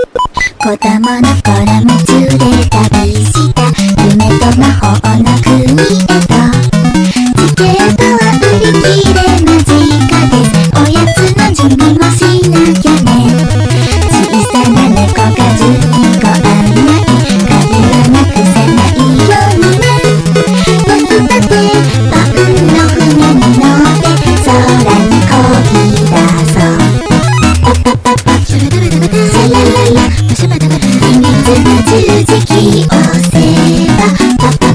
子供の頃夢中で旅した夢と魔法の国へとチケットは売り切れ間近ですおやつの準備もしなきゃね小さな猫が15案内風はなくせないようにね僕だってパンの船に乗って空にこぎ出そう秘密の十字キーを背負ってパパパ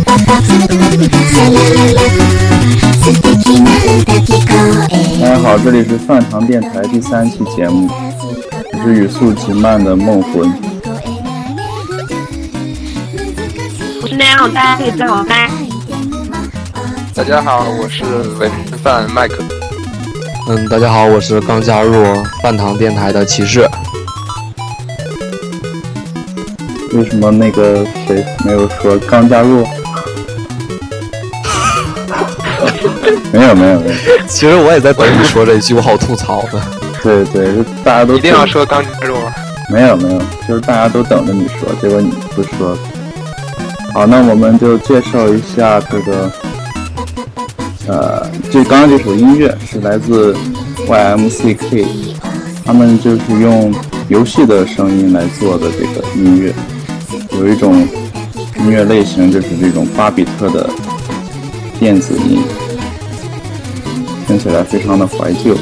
パシャラララ素敵な歌聞こえ大家好，这里是饭堂电台第三期节目，我是语速极慢的梦魂。我是那样，大家可以叫我麦。大家好，我是文范麦克。嗯，大家好，我是刚加入饭堂电台的骑士。为什么那个谁没有说刚加入？ 没有没有没有，其实我也在等你说这一句，我好吐槽的。对对，就大家都一定要说刚加入，没有没有，就是大家都等着你说，结果你不说。好，那我们就介绍一下这个，呃，这刚刚这首音乐是来自 YMCK，他们就是用游戏的声音来做的这个音乐，有一种音乐类型就是这种巴比特的电子音，听起来非常的怀旧。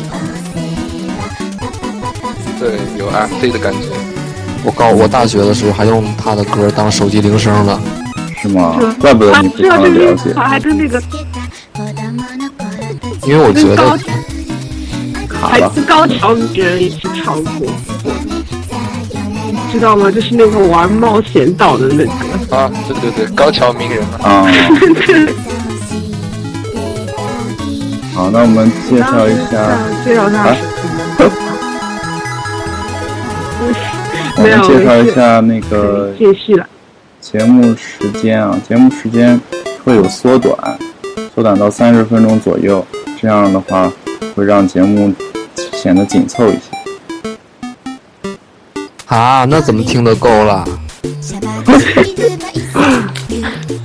对，有 FC 的感觉。我高我大学的时候还用他的歌当手机铃声呢。是吗？怪不得你非常的了解。还跟那个因为我觉跟高得卡还了跟高桥名人一起唱过，知道吗？就是那个玩冒险岛的那个。啊，对对对，高桥名人啊，啊。好，那我们介绍一下，介绍一下啊是什么。我没们有介绍一下那个继续了，节目时间啊，节目时间会有缩短，缩短到三十分钟左右，这样的话会让节目显得紧凑一些。啊，那怎么听得够了？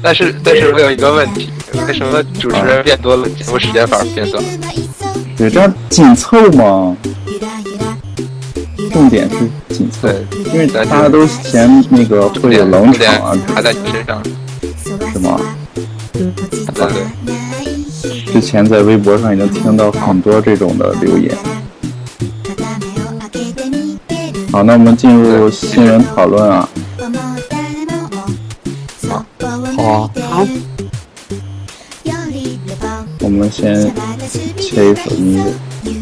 但是但是我有一个问题，为什么主持人变多了，节目时间反而变短？对，这样紧凑嘛，重点是紧凑，对，因为大家都嫌那个重会有点冷重点场啊，还在你身上，是吗？对对。之前在微博上已经听到很多这种的留言。好，那我们进入新闻讨论啊。好啊，好，我们先切一首音乐。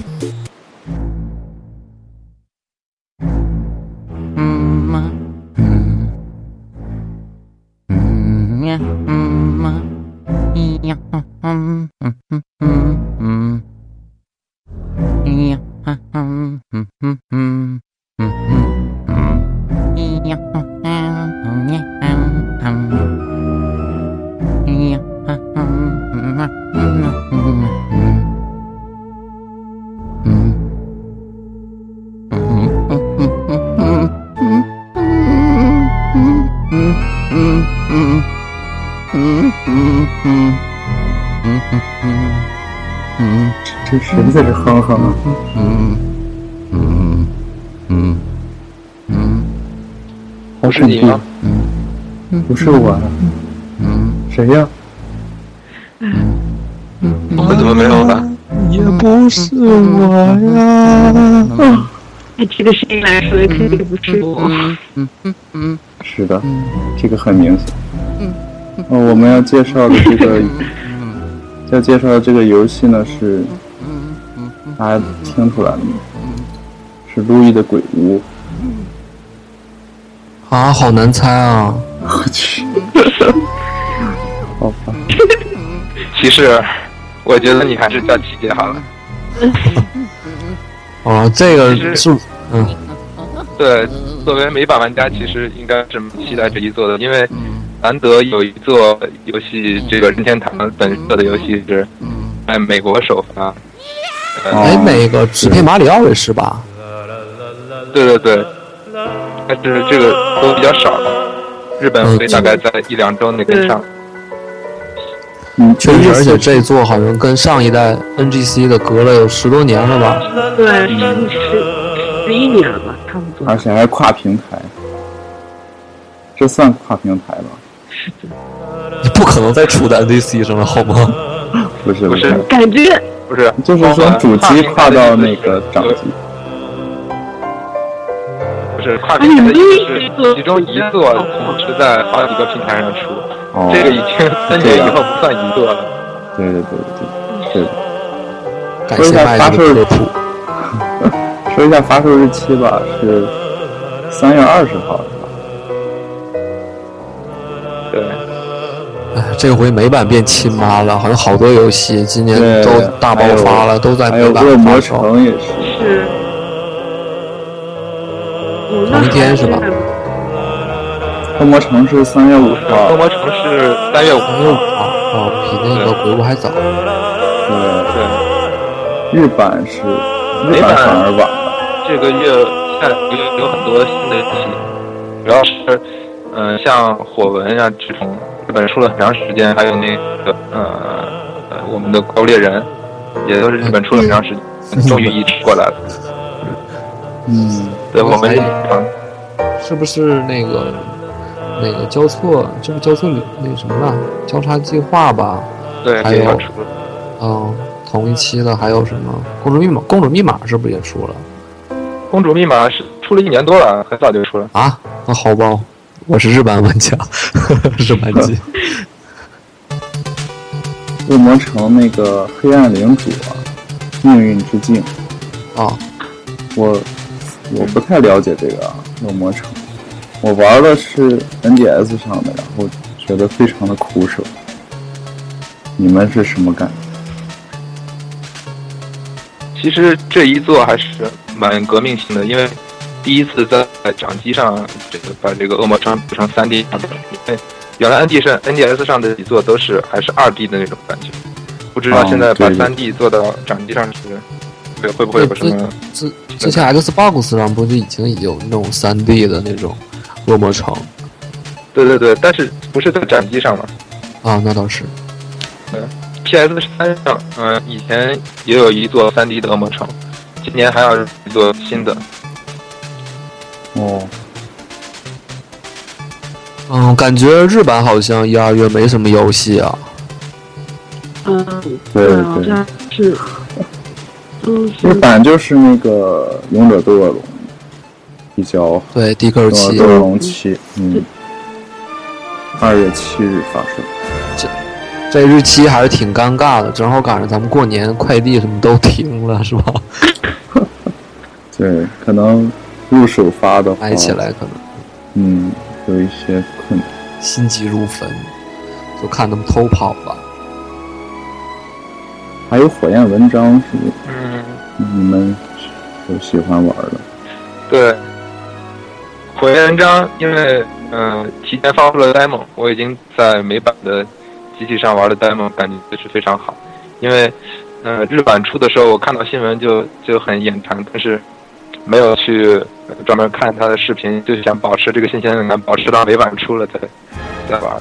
这谁在这哼哼啊？嗯不是你吗？啊嗯不是我啊，谁呀？我们怎么没有了？以这个声音来说，也肯定不是我。是的，这个很明显。哦，我们要介绍的这个，嗯要介绍的这个游戏呢是，嗯大家听出来了吗？是路易的鬼屋。啊，好难猜啊！我去， 好吧，其实我觉得你还是叫琪姐好了。哦，这个是对，作为美版玩家，其实应该是蛮期待这一座的，因为难得有一座游戏，这个任天堂本社的游戏是在美国首发。哦哎，那个纸片马里奥也是吧？对对对，但是这个都比较少了。日本会大概在一两周内跟上。嗯，确实，而且这一座好像跟上一代 NGC 的隔了有十多年了吧？对，十呃十十一年了，差不多。而且还跨平台，这算跨平台吧？你不可能再出的 NGC 上了好吗？不是不是感觉不是，就是从主机跨到那个掌对机，不是跨平台的意思是其中一座同时在好几个平台上出，哦，这个已经三年以后不算一座了。对对对对对，对。感谢麦子的科普。说一下发售日期吧，是三月二十号，是吧？对，哎，这回美版变亲妈了，好像好多游戏今年对都大爆发了，都在还美有版恶魔发售。城也是，是。嗯我那同一天是吧恶魔城是三月五十恶号，魔城是三月五哎呦啊啊，比那个鬼屋还早。对，对。日版是日版反而晚了，这个月下两个月有很多新的游戏，主要是嗯、呃像火纹啊这种，日本出了很长时间，还有那个呃呃我们的怪物猎人，也都是日本出了很长时间，终于移植过来了。嗯，对，我们是不是那个那个交错？这不交错那个什么了？交叉计划吧？对还这有款出了，嗯，同一期的还有什么《公主密码》？《公主密码》是不是也出了公主密码是出了一年多了，很早就出了。啊？那好吧，我是日版玩家， 日版机。恶魔城那个黑暗领主啊，命运之境，啊，我我不太了解这个啊恶魔城，我玩的是 NDS 上的，然后觉得非常的苦手。你们是什么感觉？其实这一做还是蛮革命性的，因为第一次在掌机上这个把这个恶魔城补成三 D 上的，因为原来 ND 上 NDS 上的几座都是还是二 D 的那种感觉，不知道哦现在对把对三 D 做到掌机上是会会不会有什么？之之前 Xbox 上不就已经有那种三 D 的那种恶魔城对对对，但是不是在掌机上嘛啊？那倒是， ？PS 三上，嗯、以前也有一座三 D 的恶魔城，今年还要一座新的，哦，嗯，感觉日版好像一二月没什么游戏啊。嗯，对对好像是，嗯，是日版就是那个《勇者斗恶龙》，比较对，D Q 《勇七者斗恶龙七》，嗯，二月七日发售。这日期还是挺尴尬的，正好赶上咱们过年快递什么都停了，是吧？对，可能入手发的话，买起来可能嗯，有一些困难。心急如焚，就看他们偷跑吧。还有《火焰文章》是嗯。你们有喜欢玩的？对，火焰文章因为嗯、呃提前发布了 demo，我已经在美版的机器上玩了 demo，感觉是非常好。因为呃日版出的时候，我看到新闻就就很眼馋，但是没有去呃专门看它的视频，就想保持这个新鲜感，保持到美版出了再再玩。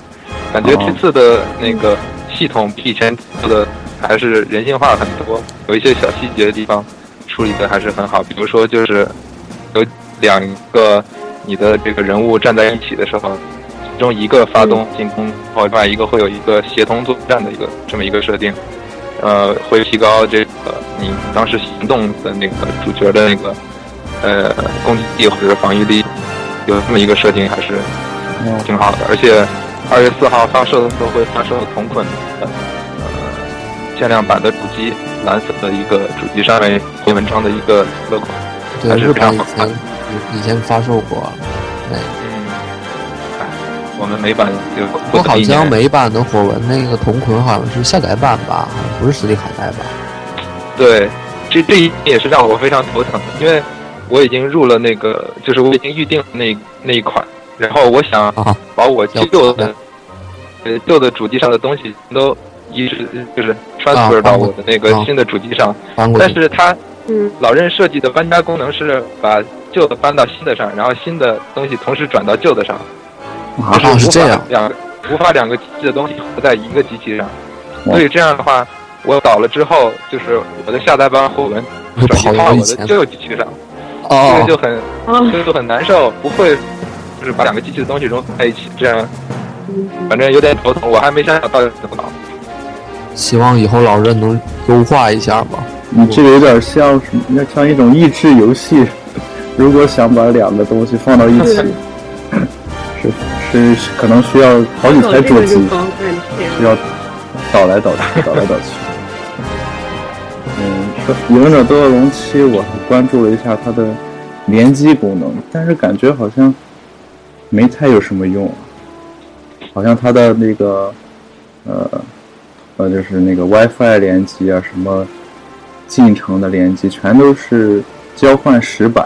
感觉哦这次的那个系统比以前做的还是人性化很多，有一些小细节的地方处理的还是很好。比如说，就是有两个你的这个人物站在一起的时候，其中一个发动进攻，然后另外一个会有一个协同作战的一个这么一个设定，呃，会提高这个你当时行动的那个主角的那个呃攻击力或者防御力，有这么一个设定还是哦，挺好的。而且二月四号发售的时候会发售同款的呃限量版的主机，蓝色的一个主机上面回文章的一个 logo。对，还是日非常版以好前以前发售过啊了，那个嗯，哎，我们美版就我过好了一像年，美版的火纹那个同捆好像是下载版吧，好像不是实体海带吧？对，这这一点也是让我非常头疼的，因为我已经入了那个，就是我已经预定了那那一款，然后我想啊，把我旧的呃旧的主机上的东西都移植，就是啊 transfer 到我的那个啊新的主机上，翻过但去是它嗯老任设计的搬家功能是把旧的搬到新的上，然后新的东西同时转到旧的上，啊就哦是无法这样两个无法两个机器的东西合在一个机器上，哇所以这样的话，我搞了之后，就是我的下载版火纹又转跑移到到我以的前旧机器上，这个哦就很哦，所以就很难受，不会就是把两个机器的东西融合在一起，这样反正有点头疼，我还没想想到底怎么搞。希望以后老任能优化一下吧。你这个有点像什么？那像一种益智游戏。 如果想把两个东西放到一 起，嗯是是是可能需要好几台主机，需要倒来倒去，倒来倒去。嗯，说《勇者斗恶龙七》，我还关注了一下它的联机功能，但是感觉好像没太有什么用、啊，好像它的那个呃呃，就是那个 WiFi 联机啊，什么进程的联机，全都是交换石板，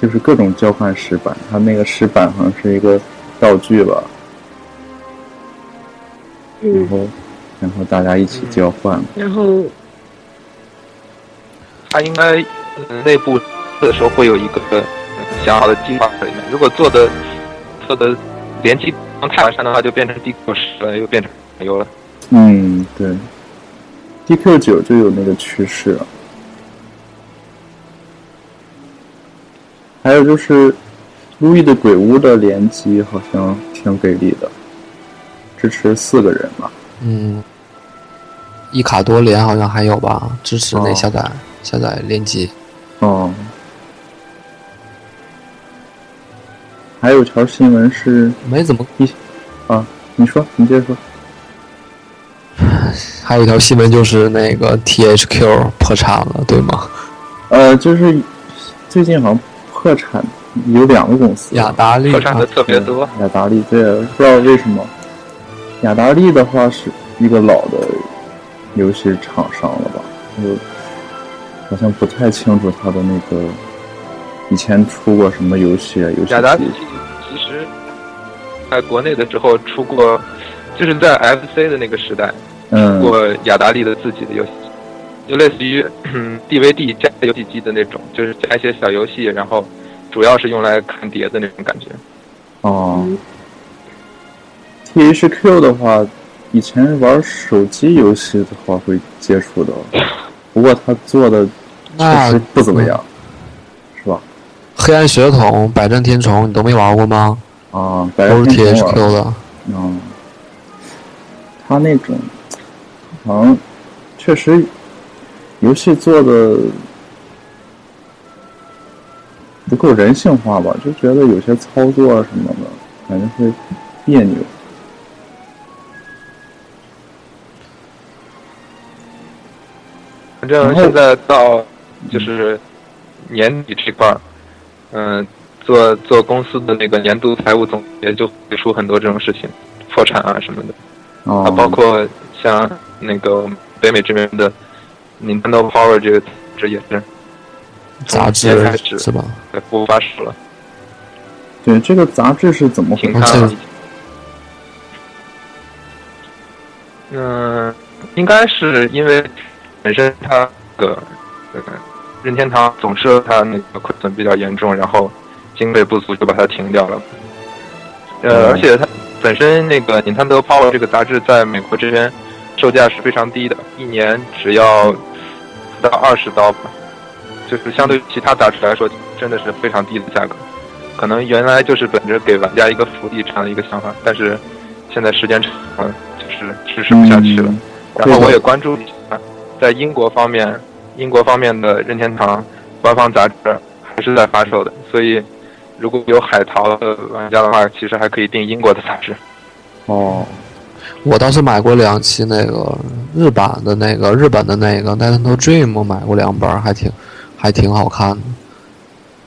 就是各种交换石板。它那个石板好像是一个道具吧，然嗯，后然后大家一起交换。然后它应该、嗯内部的时候会有一个呃想好的计划在里面。如果做的做的联机太完善的话，就变成帝国十了，又变成游了。嗯，对，DQ 九就有那个趋势了。还有就是，路易的鬼屋的联机好像挺给力的，支持四个人嘛。嗯，一卡多连好像还有吧，支持那哦下载、下载联机。哦。还有条新闻是，没怎么，你说，你接着说。还有一条新闻就是那个 THQ 破产了，对吗？呃，就是最近好像破产有两个公司，雅达利破产的特别多，嗯雅达利，这不知道为什么。雅达利的话是一个老的游戏厂商了吧？就好像不太清楚他的那个以前出过什么游戏啊，游戏雅达机其实在国内的时候出过，就是在 FC 的那个时代出嗯过雅达利的自己的游戏。就类似于 嗯 DVD 加游戏机的那种，就是加一些小游戏，然后主要是用来看碟的那种感觉。哦。THQ 的话，以前玩手机游戏的话会接触到，不过他做的确那嗯实不怎么样，是吧？黑暗血统、百战天虫，你都没玩过吗？啊，白都是天玩 THQ 的。嗯，他那种好像确实游戏做的不够人性化吧，就觉得有些操作啊什么的，感觉会别扭。反正然后现在到就是年底这块儿，嗯、做做公司的那个年度财务总结，就会出很多这种事情，破产啊什么的，啊啊，，包括像那个北美这边的 Nintendo Power 这个杂志也是从杂今年开志始是吧？不发售了，对这个杂志哦是怎么回事？停而且刊了已经。嗯、应该是因为本身它那个呃任天堂总是它那个亏损比较严重，然后经费不足就把它停掉了。嗯呃，而且它本身那个《Nintendo Power》这个杂志在美国这边售价是非常低的，一年只要不到二十刀吧，就是相对于其他杂志来说，真的是非常低的价格。可能原来就是本着给玩家一个福利这样的一个想法，但是现在时间长了，就是支持不下去了。嗯然后我也关注了一下，在英国方面，英国方面的任天堂官方杂志还是在发售的，所以如果有海淘的玩家的话，其实还可以订英国的杂志。哦，我倒是买过两期那个日版的那个日本的那个《Nintendo Dream》，我买过两本儿，还挺还挺好看的。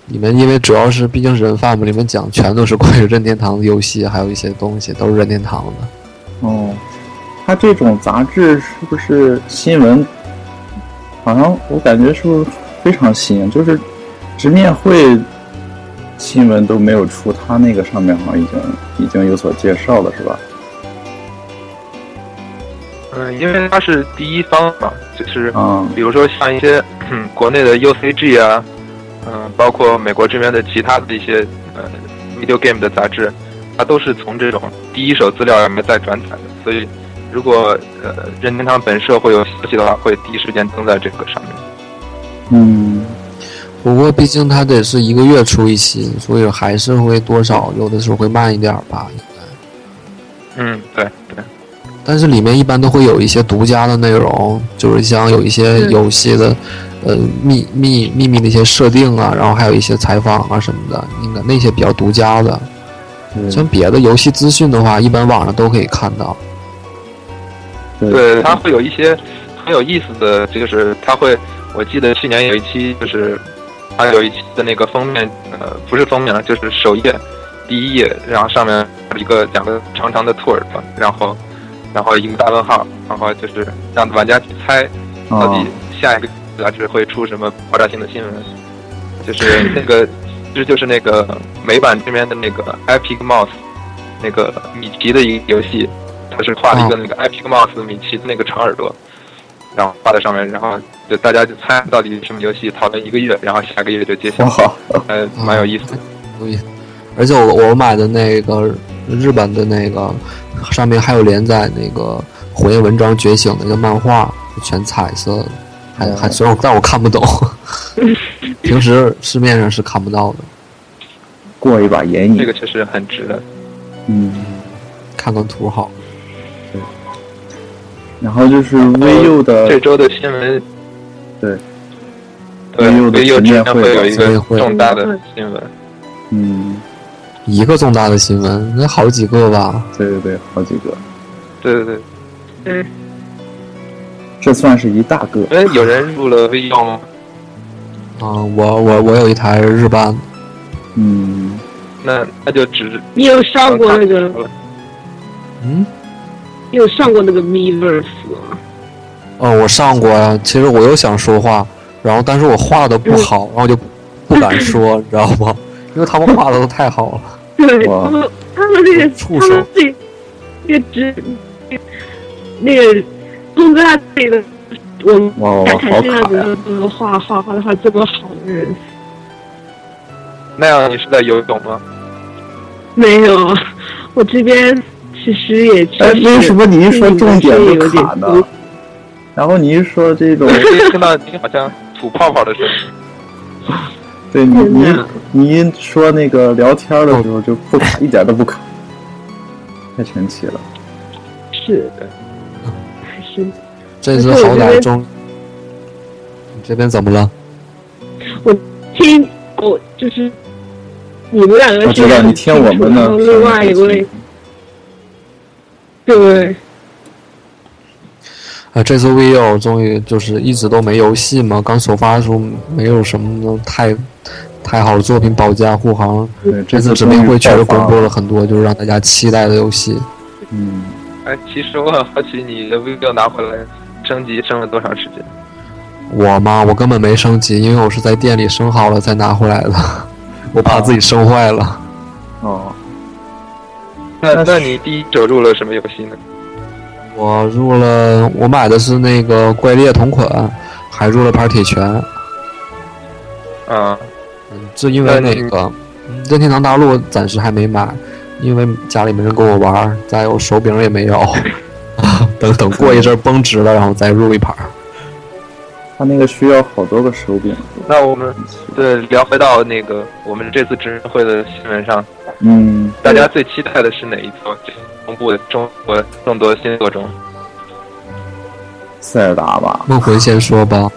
里面因为主要是毕竟是人贩嘛，里面讲全都是关于任天堂的游戏，还有一些东西都是任天堂的。哦，它这种杂志是不是新闻？好像我感觉是不是非常新？就是直面会新闻都没有出，它那个上面好像已经已经有所介绍了，是吧？嗯，因为它是第一方嘛，就是嗯比如说像一些嗯国内的 UCG 啊，嗯，包括美国这边的其他的一些呃 video game 的杂志，它都是从这种第一手资料里面再转载的。所以，如果呃任天堂本社会有消息的话，会第一时间登在这个上面。嗯，不过毕竟它得是一个月出一期，所以还是会多少有的时候会慢一点儿吧，应该。嗯，对对，但是里面一般都会有一些独家的内容，就是像有一些嗯游戏的，呃，秘秘秘密的一些设定啊，然后还有一些采访啊什么的，应该那些比较独家的。嗯对像别的游戏资讯的话，一般网上都可以看到。对，它会有一些很有意思的，就是它会，我记得去年有一期就是，它有一期的那个封面，呃，不是封面了，就是首页第一页，然后上面有一个两个长长的兔耳朵，然后然后一个大问号，然后就是让玩家去猜到啊底，下一个杂志会出什么爆炸性的新闻，就是那个，这就是那个美版这边的那个 Epic Mouse，那个米奇的一个游戏，它是画了哦一个那个 Epic Mouse 米奇的那个长耳朵，然后画在上面，然后就大家就猜到底是什么游戏，讨论一个月，然后下个月就揭晓，好，嗯呃，蛮有意思的。所以，而且我我买的那个日本的那个上面还有连载那个《火焰文章觉醒》的一个漫画，全彩色的，还还虽然我但我看不懂，平时市面上是看不到的。过一把眼这瘾个。确实很值得。嗯，看看图好。然后就是 VU 这的，周的新闻，呃对，对， VU 的又全面之前会有一会个会重大的新闻。嗯，一个重大的新闻，那好几个吧？对对对，好几个，对对对，嗯，这算是一大个。因为有人入了 V 用吗？啊、我我我有一台日版，嗯，那那就只你有上过那个，嗯，你有上过那个 Miiverse 吗？哦，我上过呀。其实我又想说话，然后但是我画的不好，然后就不敢说，你知道吗？因为他们画的都太好了。对哇他们，他们那个，触他手们自己那个职，那个东哥他自己的，我们哇哇哇，感好慨这样卡子呀！的这个画画画的画这么好的人，那样，你是在游泳吗？没有，我这边其实也确哎，实为什么你一说重点有就点卡呢？然后你一说这 种，我可以听到你好像吐泡泡的声音。对你真你的你一说那个聊天的时候就不卡，一点都不卡，太神奇了。是的，还是这次但是我好觉得歹中，你这边怎么了？听我就是你们哎两个我知道你听我们然的后，另外一位对啊，这次 VU 终于就是一直都没游戏嘛，刚首发的时候没有什么太太好的作品保驾护航，对，这次次直面会确实公布了。了很多就是让大家期待的游戏。嗯，哎，其实我很好奇，你的 V 六拿回来升级升了多长时间？我嘛，我根本没升级，因为我是在店里升好了才拿回来的， 我怕自己升坏了。哦，那那那你第一手入了什么游戏呢？我入了，我买的是那个怪猎同款，还入了盘铁拳。啊，嗯，是因为那哎个嗯任天堂大陆暂时还没买，因为家里没人跟我玩儿，再有手柄也没有。 等 等过一阵儿绷直了，然后再入一盘儿。他那个需要好多个手柄。那我们对聊回到那个我们这次直面会的新闻上，嗯，大家最期待的是哪一座这次公布的中国众多新作中？塞尔达吧，梦魂先说吧。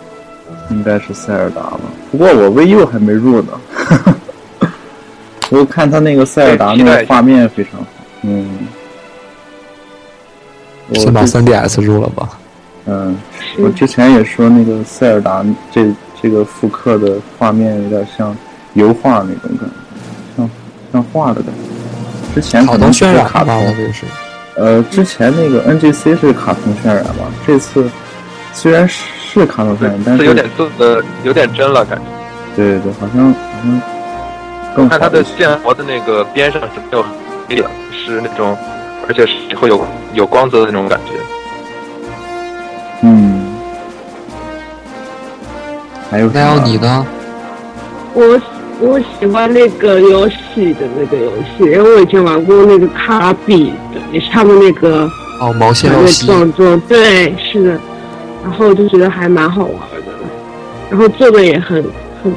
应该是塞尔达吧。不过我 VU 还没入呢， 我看他那个塞尔达那个画面非常好。嗯，我先把之 3DS 入了 吧。嗯，我之前也说那个塞尔达这这个复刻的画面有点像油画那种感觉，像像画的感觉。之前好可多能渲 是啊染卡吧，我通，这是。呃，之前那个 NGC 是卡通渲染吧，这次虽然是是卡通渲对染，但，这是有点做的有点真了，感觉。对对对，好像好像更好看它的一些建模的那个边上是没有黑的，是那种，而且是会有有光泽的那种感觉。嗯，还有什那要么你呢？我我喜欢那个游戏的那个游戏，因为我以前玩过那个卡比的，也是他们那个哦，毛线那游个戏，撞撞，对，是的。然后就觉得还蛮好玩的，然后做的也很很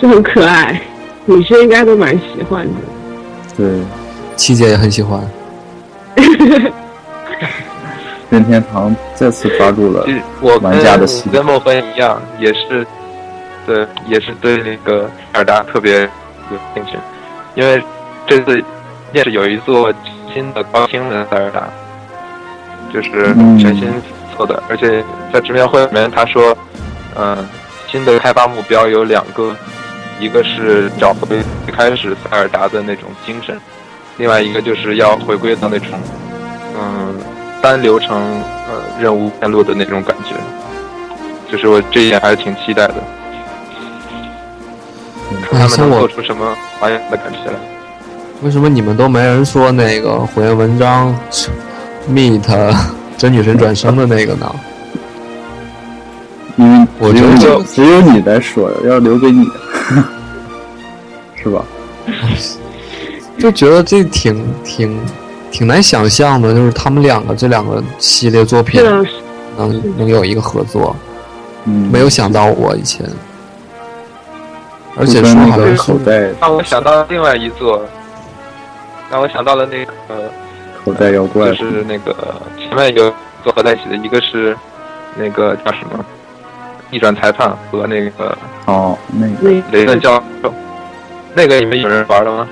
就很可爱，女生应该都蛮喜欢的。对，七姐也很喜欢。任天堂再次抓住了其，实我跟玩家的心我跟莫凡一样，也是，对，也是对那个尔达特别有兴趣，因为这次也是有一座新的高清的塞尔达，就是嗯全新做的，而且在直面会里面他说，嗯、新的开发目标有两个，一个是找回最开始塞尔达的那种精神，另外一个就是要回归到那种，嗯，单流程呃任务线路的那种感觉，就是我这一点还是挺期待的，看哎，他们像能做我出什么还原的感觉来。为什么你们都没人说那个火焰文章 meet 真女神转生的那个呢？因为我只有觉得你只有你在说，要留给你， 是吧？就觉得这挺挺挺难想象的，就是他们两个这两个系列作品这个能能有一个合作，嗯，没有想到我以前，而就且说跟那好个像口是袋让我想到另外一座，让我想到了那个口袋妖怪就，是那个前面有做合在一起的，一个是那个叫什么逆转裁判和那个哦，那个那雷顿教授，那个你们有人玩了吗？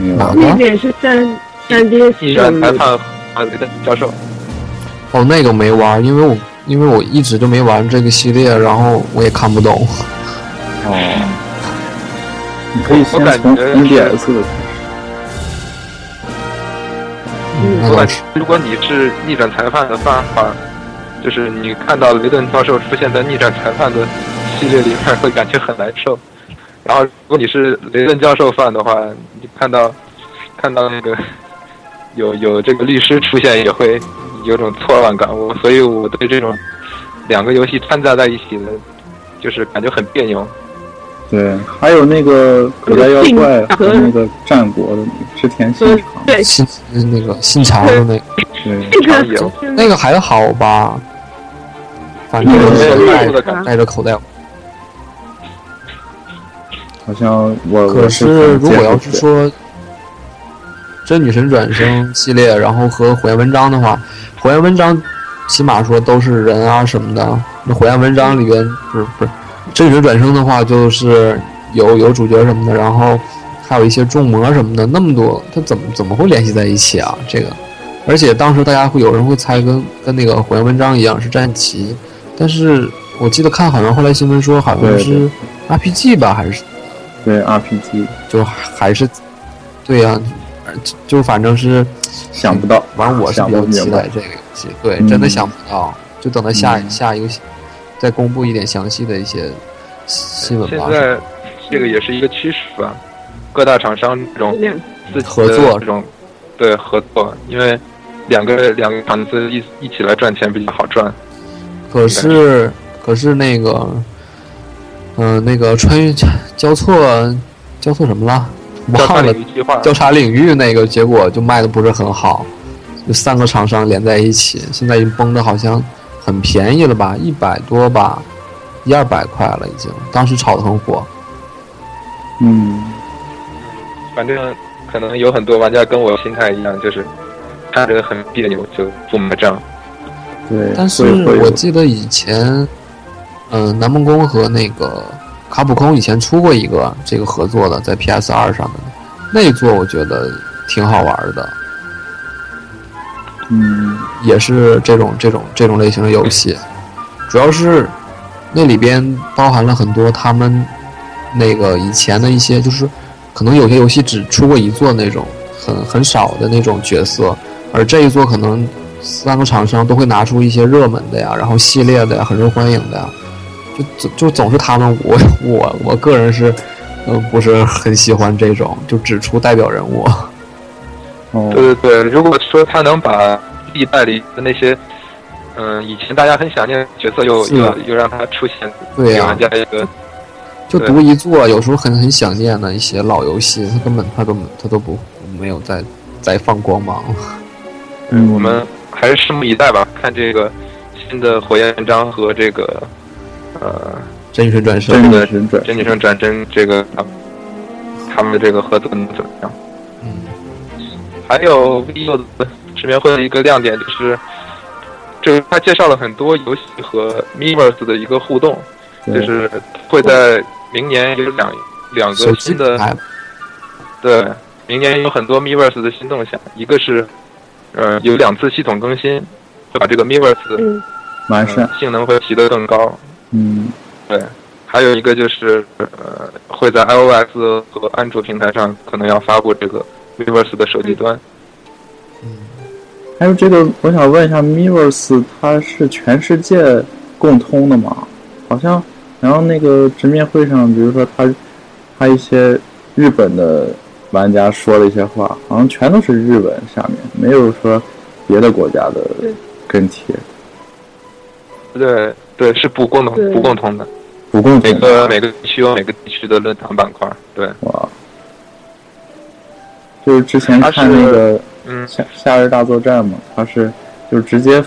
没有哪那个？个也是三三 D 逆系转的，裁判和雷顿教授，哦，那个没玩，因为我因为我一直就没玩这个系列，然后我也看不懂。哦。你可以我先感从觉 NDS 的嗯，那我倒感是。如果你是逆转裁判的话，就是你看到雷顿教授出现在逆转裁判的系列里面，会感觉很难受。然后，如果你是雷顿教授范的话，你看到看到那个有有这个律师出现，也会有种错乱感。我所以，我对这种两个游戏掺杂在一起的，就是感觉很别扭。对，还有那个口袋妖怪和那个战国的织田信嗯长，对，新那个新潮的那个对，这常个有那个还好吧，反嗯正我没有是代入带的感觉。带着口袋。好像我可我是很如见果不要是得说《真女神转生》系列，然后和火焰文章的话，火焰文章起码说都是人啊什么的。那火焰文章里边不是不是《真女神转生》的话，就是有有主角什么的，然后还有一些众魔什么的，那么多，它怎么怎么会联系在一起啊？这个，而且当时大家会有人会猜跟跟那个火焰文章一样是战旗，但是我记得看好像后来新闻说好像对是 RPG 吧，还是对 RPG 就还是，对呀、而就就反正是想不到，反正我是想比不较明期白待，这个游戏，对，嗯真的想不到，就等到下、嗯下一个再公布一点详细的一些新闻现吧。在这个也是一个趋势吧，各大厂商这种量自己的合作这种，对合作，因为两个两个厂子一一起来赚钱比较好赚。可是可是那个，嗯、那个穿越交错交错什么了？交叉忘了领域计划，交叉领域那个结果就卖的不是很好，就三个厂商连在一起，现在已经崩的好像很便宜了吧，一百多吧，一二百块了已经。当时炒的很火，嗯，反正可能有很多玩家跟我心态一样，就是看着很别扭就不买账。嗯对，但是会会有我记得以前，嗯、南梦宫和那个卡普空以前出过一个这个合作的，在 PS 二上的那一座，我觉得挺好玩的，嗯，也是这种这种这种类型的游戏，主要是那里边包含了很多他们那个以前的一些，就是可能有些游戏只出过一座那种很很少的那种角色，而这一座可能三个厂商都会拿出一些热门的呀，然后系列的呀，很受欢迎的呀，就总就总是他们，我我我个人是，呃，不是很喜欢这种就只出代表人物，哦，对对对，如果说他能把历代里的那些，呃嗯、以前大家很想念的角色又是又啊又让他出现，给对啊呀、玩家一个就独一座，有时候很很想念的一些老游戏，它根本它根本它都不没有在在放光芒。嗯，我们还是拭目以待吧，看这个新的火焰章和这个呃 真水转真身，的是准，真女生转真这个他们他们的这个合作能怎么样？嗯，还有 vivo 的直面会的一个亮点就是，就是他介绍了很多游戏和 Miiverse 的一个互动，就对是会在明年有两两手个机新的还对，明年有很多 Miiverse 的新动向，一个是呃有两次系统更新，会把这个 Miiverse 嗯完呃善，性能会提得更高。嗯，对，还有一个就是呃会在 iOS 和安卓平台上可能要发布这个 Miiverse 的手机端。还有这个，我想问一下，Miiverse 它是全世界共通的吗？好像，然后那个直面会上，比如说他他一些日本的玩家说了一些话，好像全都是日文下面，没有说别的国家的对跟帖，对对，是不共同对不共同的，不共每通的个每个地区有每个地区的论坛板块。对，哇。就是之前它看是那个嗯，夏夏日大作战嘛，它是就是直接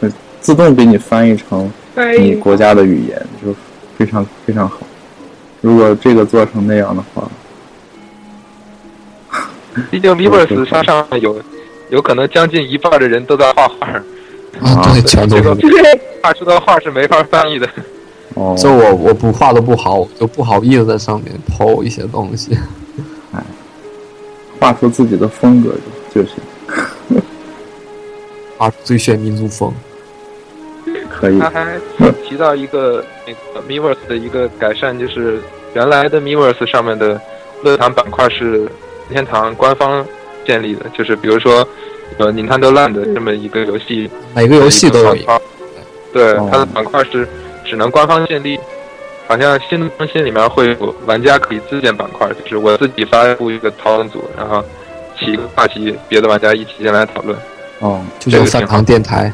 呃自动给你翻译成翻哎你译国家的语言，就非常非常好。如果这个做成那样的话，毕竟 Miiverse 对它上面有有可能将近一半的人都在画画儿，啊， 对，全都这个是。对画出的画是没法翻译的。哦，就我我不画的不好，我就不好意思在上面抛一些东西。 画出自己的风格就就行，啊画出最炫民族风。可以他。还提到一个那个 Miiverse 的一个改善，就是原来的 Miiverse 上面的论坛板块是任天堂官方建立的，就是比如说呃 Nintendo Land 这么一个游戏，每个游戏都有一一个，个对哦，它的板块是只能官方建立。好像新的更新里面会有玩家可以自建板块，就是我自己发布一个讨论组，然后起一个话题，别的玩家一起进来讨论。哦就叫饭堂电台。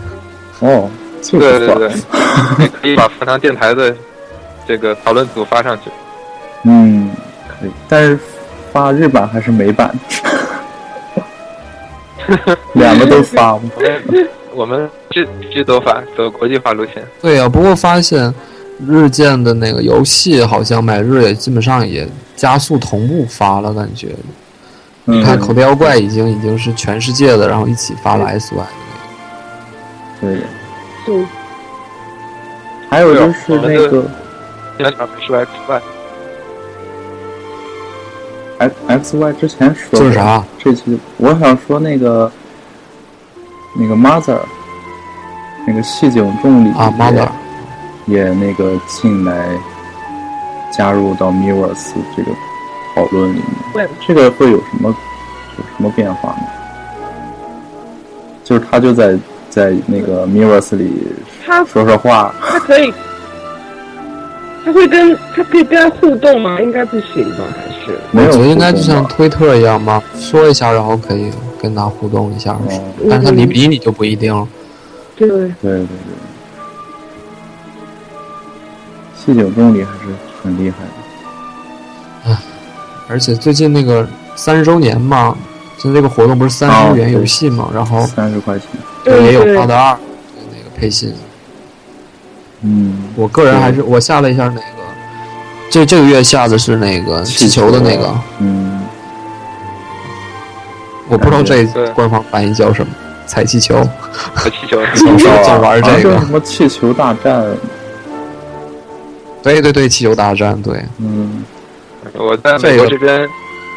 哦，这对个对不对错。，也可以把饭堂电台的这个讨论组发上去。嗯，可以。但是发日版还是美版？ 两个都发吗？我们 我们这这走法走国际化路线，对啊呀、不过发现日渐的那个游戏好像买日也基本上也加速同步发了，感觉。你看嗯，口袋妖怪已经已经是全世界的，然后一起发了 S Y。对。对还有就是那对我们个现在是 X Y， X X Y 之前说就过是啥？这期我想说那个那个 Mother，那个细井重里啊也，Mother 也那个进来加入到 Mirrors 这个讨论里面。对这个会有什么有什么变化吗？就是他就在在那个 Mirrors 里他说说话，他可以，他会跟他可以跟他互动吗？应该不行吧？还是没有我觉得应该互就动像吧推特一样吧，说一下，然后可以跟他互动一下。哦但是他嗯理不理你就不一定了。对对对对，细井重里还是很厉害的。而且最近那个三十周年嘛，就这个活动不是三哦十日元对游戏嘛，然后三十块钱，也有对《Hard 二》那个配信。嗯，我个人还是我下了一下那个，这这个月下的是那个气球的那个，嗯，我不知道这对官方翻译叫什么，踩气球。和气球。我说就玩好像这叫个什，么气球大战，对对对，气球大战，对，嗯，我在美国这边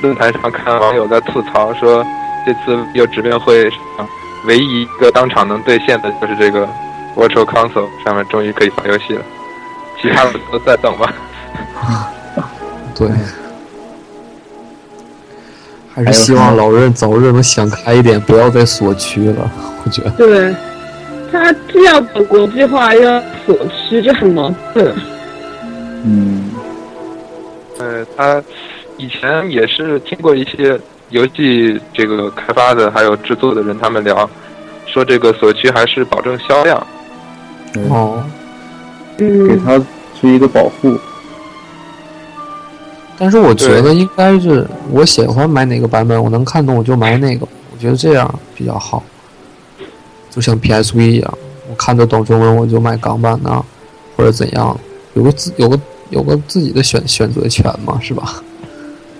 论坛上看网友在吐槽说，这次又直面会上唯一一个当场能兑现的就是这个 Virtual Console 上面终于可以发游戏了，其他的都在等吧。对， 还是希望老任早日能想开一点，不要再锁区了。我觉得对，他既要走国际化，又要锁区，就很矛盾。嗯，呃，他以前也是听过一些游戏这个开发的还有制作的人他们聊，说这个锁区还是保证销量。对哦，给嗯， 他是一个保护，但是我觉得应该是我喜欢买哪个版本，我能看懂我就买哪个，我觉得这样比较好。就像 PSV 一样，我看得懂中文我就买港版的，或者怎样，有个自有个有个自己的选选择权嘛，是吧？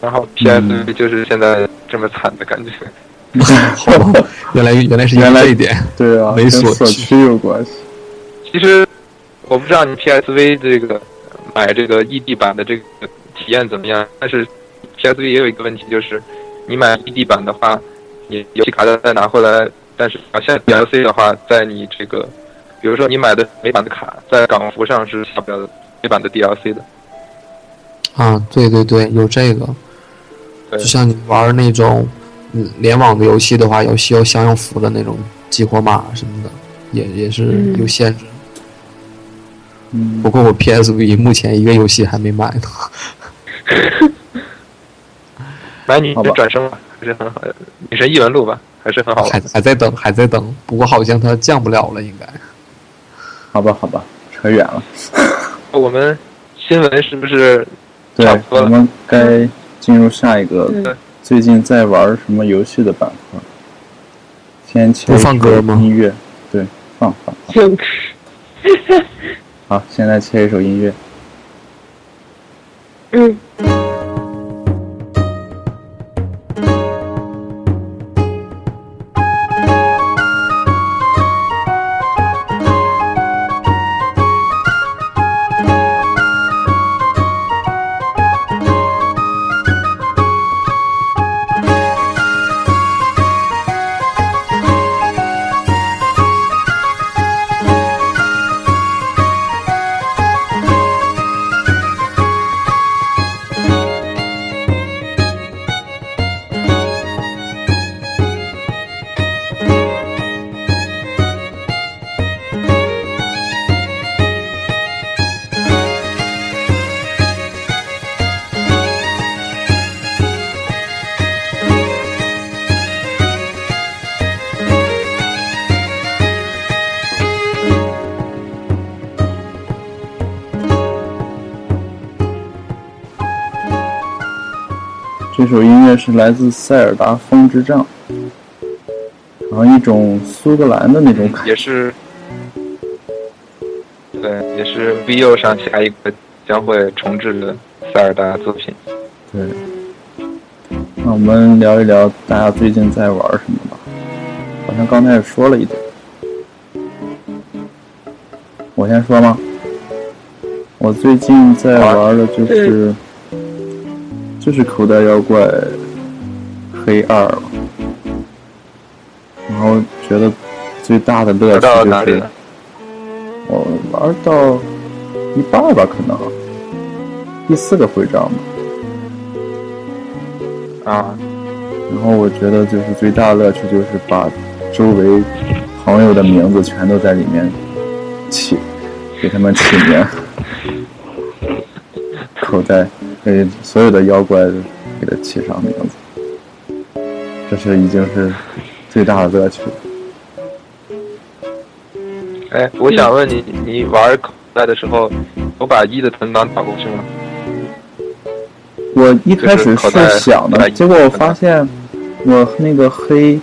然后 PSV 就是现在这么惨的感觉。好吧，原来原来是因为原来这一点，对啊，没跟所所需需有关系。其实我不知道你 PSV 这个买这个异地版的这个体验怎么样，但是 PSV 也有一个问题，就是你买异地版的话，你游戏卡带再拿回来，但是啊，现在 DLC 的话，在你这个，比如说你买的美版的卡，在港服上是下不了美版的 DLC 的。啊，对对对，有这个。对就像你玩那种嗯联网的游戏的话，有需要相应服的那种激活码什么的，也也是嗯有限制。嗯不，过我 PSV 目前一个游戏还没买呢。买女好吧神转生吧，还是很好的，女神异闻录吧，还是很好玩还。还在等，还在等。不过好像它降不了了，应该。好吧，好吧，扯远了。我们新闻是不是对差不，多我了们该进入下一个对最近在玩什么游戏的板块。先切不放歌吗音乐，对，放放。就好，现在切一首音乐。嗯，这首音乐是来自塞尔达《风之杖》，然后一种苏格兰的那种感觉。也是，对，也是 VU 上下一个将会重置的塞尔达作品。对，那我们聊一聊大家最近在玩什么吧。好像刚才也说了一点，我先说吗？我最近在啊玩的就是就是口袋妖怪黑二了，然后觉得最大的乐趣玩到就哪里是了？我玩到一半儿吧，可能第四个徽章吧。啊，然后我觉得就是最大的乐趣就是把周围朋友的名字全都在里面起，给他们起名。 口袋给所有的妖怪给它起上名字，这是已经是最大的乐趣了。哎，我想问你，你玩口袋的时候，有把一的存档导过去吗？我一开始是想的，结果我发现我那个黑，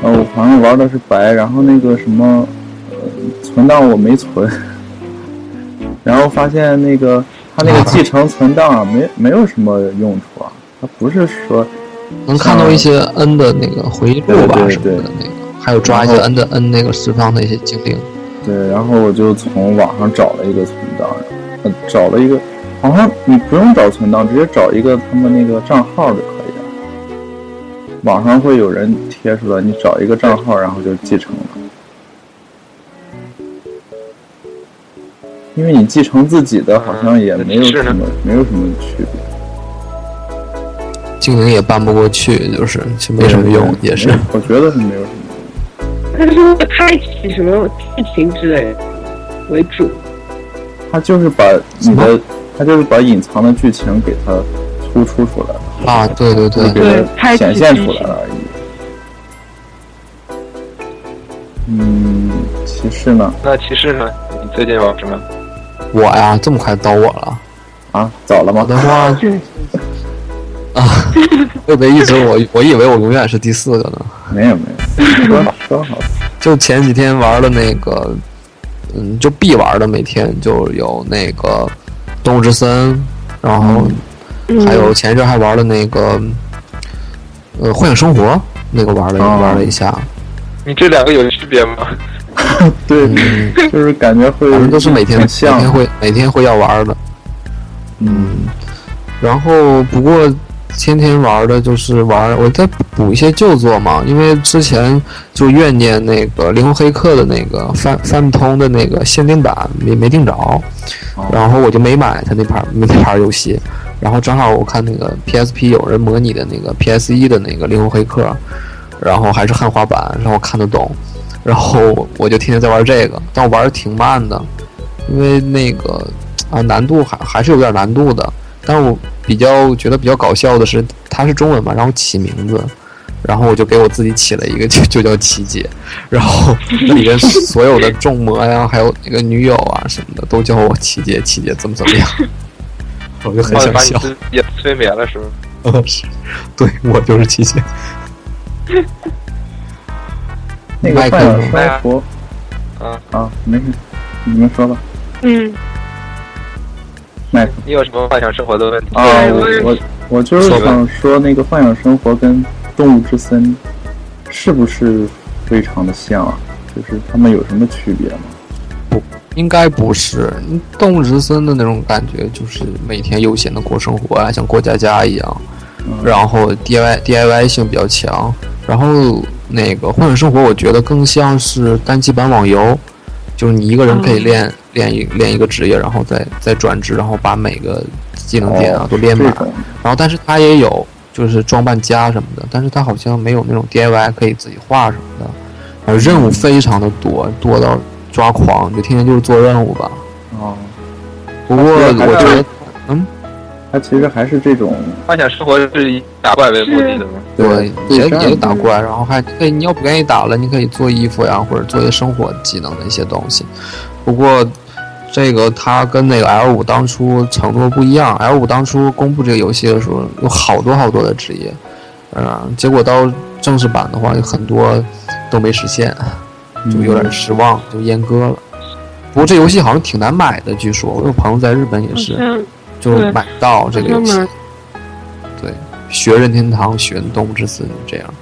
呃，我好像玩的是白，然后那个什么，呃，存档我没存， 然后发现那个它那个继承存档啊，没没有什么用处啊，它不是说能看到一些 N 的那个回忆录吧对对什么的对那个，还有抓一些 N 的 N 那个释放的一些精灵。对，然后我就从网上找了一个存档，呃，找了一个，好像你不用找存档，直接找一个他们那个账号就可以了。网上会有人贴出来，你找一个账号，然后就继承了。因为你继承自己的，好像也没有是什呢么，没有什么区别，精灵也搬不过去，就是其实没什么用，也是没。我觉得是没有什么用。他是会开启什么剧情之类的为主，他就是把你的，他就是把隐藏的剧情给它突出出来了。啊，对对对就，给它显现出来了而已。嗯，骑士呢？那骑士呢？你最近玩什么？我呀，这么快到我了，啊，早了我吗？的话对， 啊，特别一直我我以为我永远是第四个呢。没有没有，说好说好，就前几天玩的那个，嗯，就必玩的，每天就有那个《动物之森》，然后嗯还有前一阵还玩了那个，呃，《幻影生活》那个玩了一、哦玩了一下，你这两个有区别吗？对，嗯，就是感觉会反正都是每天每挺天像，会每天会要玩的。嗯然后不过天天玩的就是玩，我再补一些旧作嘛，因为之前就怨念那个《灵魂黑客》的那个翻翻不通的那个限定版没没订着哦，然后我就没买他那盘那盘游戏，然后正好我看那个 PSP 有人模拟的那个 PS 一的那个《灵魂黑客》，然后还是汉化版，然后看得懂，然后我就天天在玩这个，但我玩的挺慢的，因为那个啊难度还还是有点难度的，但我比较觉得比较搞笑的是，它是中文嘛，然后起名字，然后我就给我自己起了一个就 就叫琪姐，然后里边所有的众魔呀，还有那个女友啊什么的，都叫我琪姐，琪姐怎么怎么样， 我就很或者 想把你笑， 自己也催眠了是吗？是对我就是琪姐，那个麦克幻影麦生克活啊，啊，没事，你们说吧。嗯，麦克你有什么幻想生活的问题？啊，对我我也我我就是说吧想说那个《幻想生活》跟《动物之森》是不是非常的像啊？就是他们有什么区别吗？应该不是嗯动物之森的那种感觉，就是每天悠闲的过生活啊，像过家家一样。嗯然后 DIY DIY 性比较强，然后那个幻想生活，我觉得更像是单机版网游，就是你一个人可以嗯练、练一练一个职业，然后再再转职，然后把每个技能点啊哦都练满这。种然后但是它也有就是装扮家什么的，但是它好像没有那种 DIY 可以自己画什么的，呃，任务非常的多，多到抓狂，你就天天就是做任务吧。哦，不过对我还是觉得它其实还是这种幻想生活是以打怪为目的的吗？对，对也这样也子打怪，然后还可以，你要不愿意打了，你可以做衣服呀，或者做一些生活技能的一些东西。不过，这个它跟那个 L 五当初承诺不一样，L 五当初公布这个游戏的时候，有好多好多的职业，嗯、结果到正式版的话，有很多都没实现，就有点失望，就阉割了。不过这游戏好像挺难买的，据说我有朋友在日本也好是，像就哦对买不到这好个像游戏蛮。学任天堂，学动物之森，这样。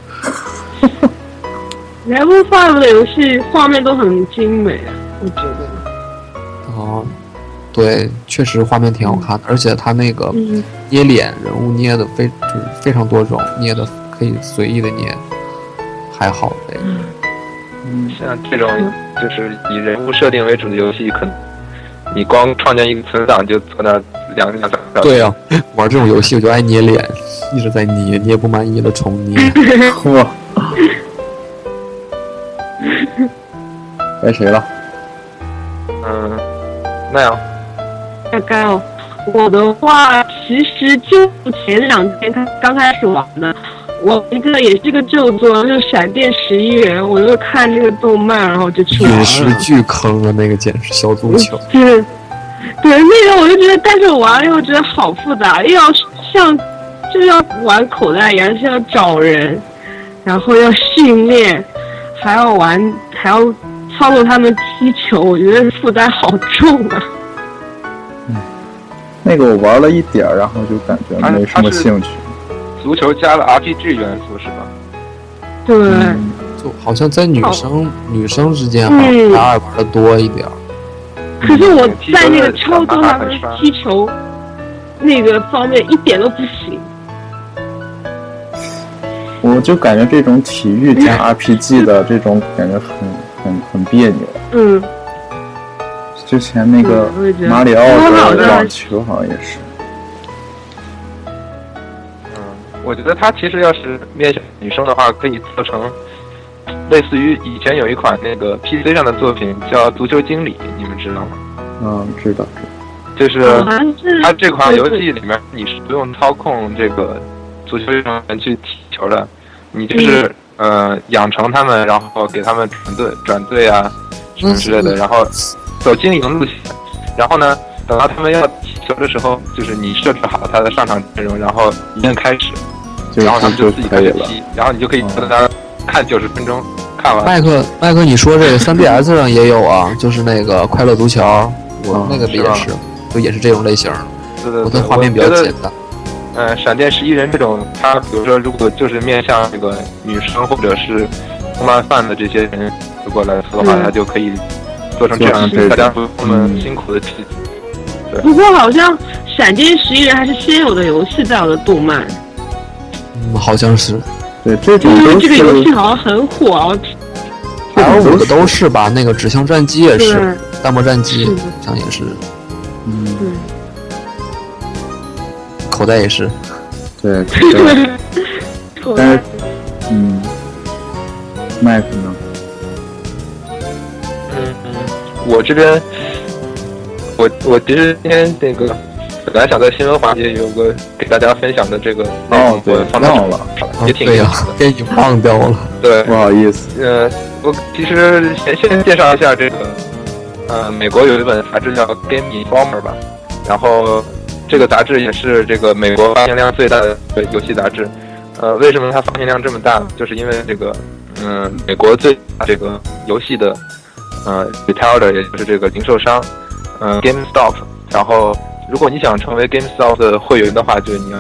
Level Five 的游戏画面都很精美，我觉得。哦，对，确实画面挺好看的，而且它那个嗯，捏脸人物捏的非就是非常多种，捏的可以随意的捏，还好这个。嗯像这种就是以人物设定为主的游戏，可能你光创建一个存档就坐那儿两两三个小时。对啊，玩这种游戏我就爱捏脸，一直在捏，捏不满意的重捏。哇，该谁了？嗯，那样大概哦。我的话，其实就前两天开刚开始玩的，我一个也是个旧作，就是《闪电十一人》，我就看那个动漫，然后就去玩陨石了。巨坑啊，那个简嗯直小足球。对，对，那个我就觉得，但是我玩了以后觉得好复杂，又要像就是要玩口袋一样，是要找人，然后要训练，还要玩，还要操作他们踢球，我觉得负担好重啊。 那个我玩了一点儿，然后就感觉它没什么它是兴趣。足球加了 RPG 元素是吧？对，嗯就好像在女生、女生之间，啊嗯好像大爱玩的多一点儿。可是我在那个操作上面踢球那个方面一点都不行。我就感觉这种体育 加 RPG 的这种感觉很很很别扭。嗯，之前那个嗯我也觉得马里奥我老的的网球好像也是，嗯，我觉得它其实要是面向女生的话，可以做成类似于以前有一款那个 PC 上的作品叫《足球经理》，你们知道吗？嗯，知道。就是好像是它这款游戏里面你是不用操控这个足球运动员去踢球的，你就是、呃养成他们，然后给他们转队转队啊什么之类的，嗯然后走经营路线。然后呢，等到他们要踢球的时候，就是你设置好他的上场阵容，然后一摁开始，就然后他们就自己可开以始了。踢，然后你就可以坐在那儿看九十分钟，看完。麦克麦克，你说这个 3DS 上也有啊，就是那个快乐足球，我嗯那个是也吧啊是，就也是这种类型的。对对我对的，画面比较我觉得简单。呃，闪电十一人这种，他比如说如果就是面向这个女生或者是通缉犯的这些人，如果来说的话，嗯他就可以做成这样，做成这种大家不用那么嗯辛苦的去。不过好像《闪电十一人》还是先有的游戏，再有的动漫。嗯，好像是。对，这种因为都这个游戏是好像很火啊，这 L 种五都的是都是吧，那个指向战机也对是，，弹幕战机是的好像也是，嗯嗯，口袋也是。对，对错但是嗯，麦克呢？嗯，嗯，我这边，我我其实今天那个本来想在新闻环节有个给大家分享的这个内容，哦对我，放到忘了，这儿啊也挺对有意呀 思的。，给你忘掉了。 对不，好意思。呃，我其实先先介绍一下这个，呃，美国有一本杂志叫《Game Informer》吧，然后这个杂志也是这个美国发行量最大的游戏杂志。呃，为什么它发行量这么大？就是因为这个，嗯、美国最大这个游戏的，呃，retailer 也就是这个零售商，嗯、g a m e s t o p 然后，如果你想成为 GameStop 的会员的话，就是你要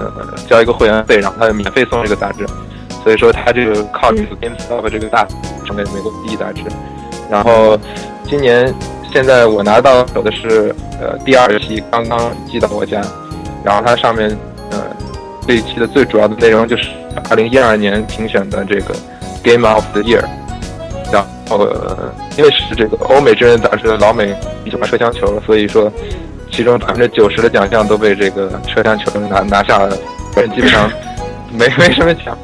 呃交一个会员费，然后他就免费送这个杂志。所以说，他这个靠这个 GameStop 这个大成为美国第一杂志。然后，今年现在我拿到手的是呃第二期，刚刚寄到我家。然后它上面呃这一期的最主要的内容就是二零一二年评选的这个 Game of the Year。然后、呃因为是这个欧美真人杂志的老美喜欢车厢球，所以说其中百分之九十的奖项都被这个车厢球拿拿下了，但基本上没 没什么奖。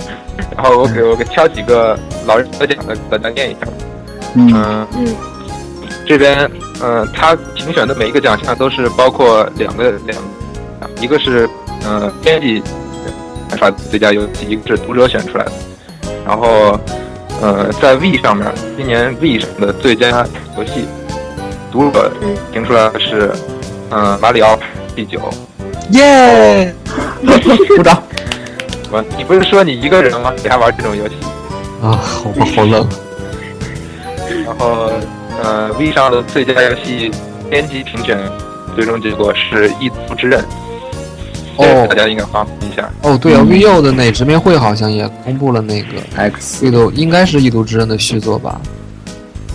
然后我给我给挑几个老人得奖的给大家念一下。嗯嗯嗯，这边嗯，他评选的每一个奖项都是包括两个两个，一个是呃编辑开发最佳游戏，一个是读者选出来的。然后呃，在 V 上面，今年 V 上的最佳游戏，读者嗯评出来的是嗯、呃马里奥 P 九。耶！鼓掌我你不是说你一个人吗？你还玩这种游戏？啊！好吧，好冷。然后呃，V 上的最佳游戏编辑评选最终结果是《异族之刃》，这个哦大家应该关注一下。哦，对啊嗯，VU 的那直面会好像也公布了那个《 ，X 异度》，应该是《异度之刃》的续作吧？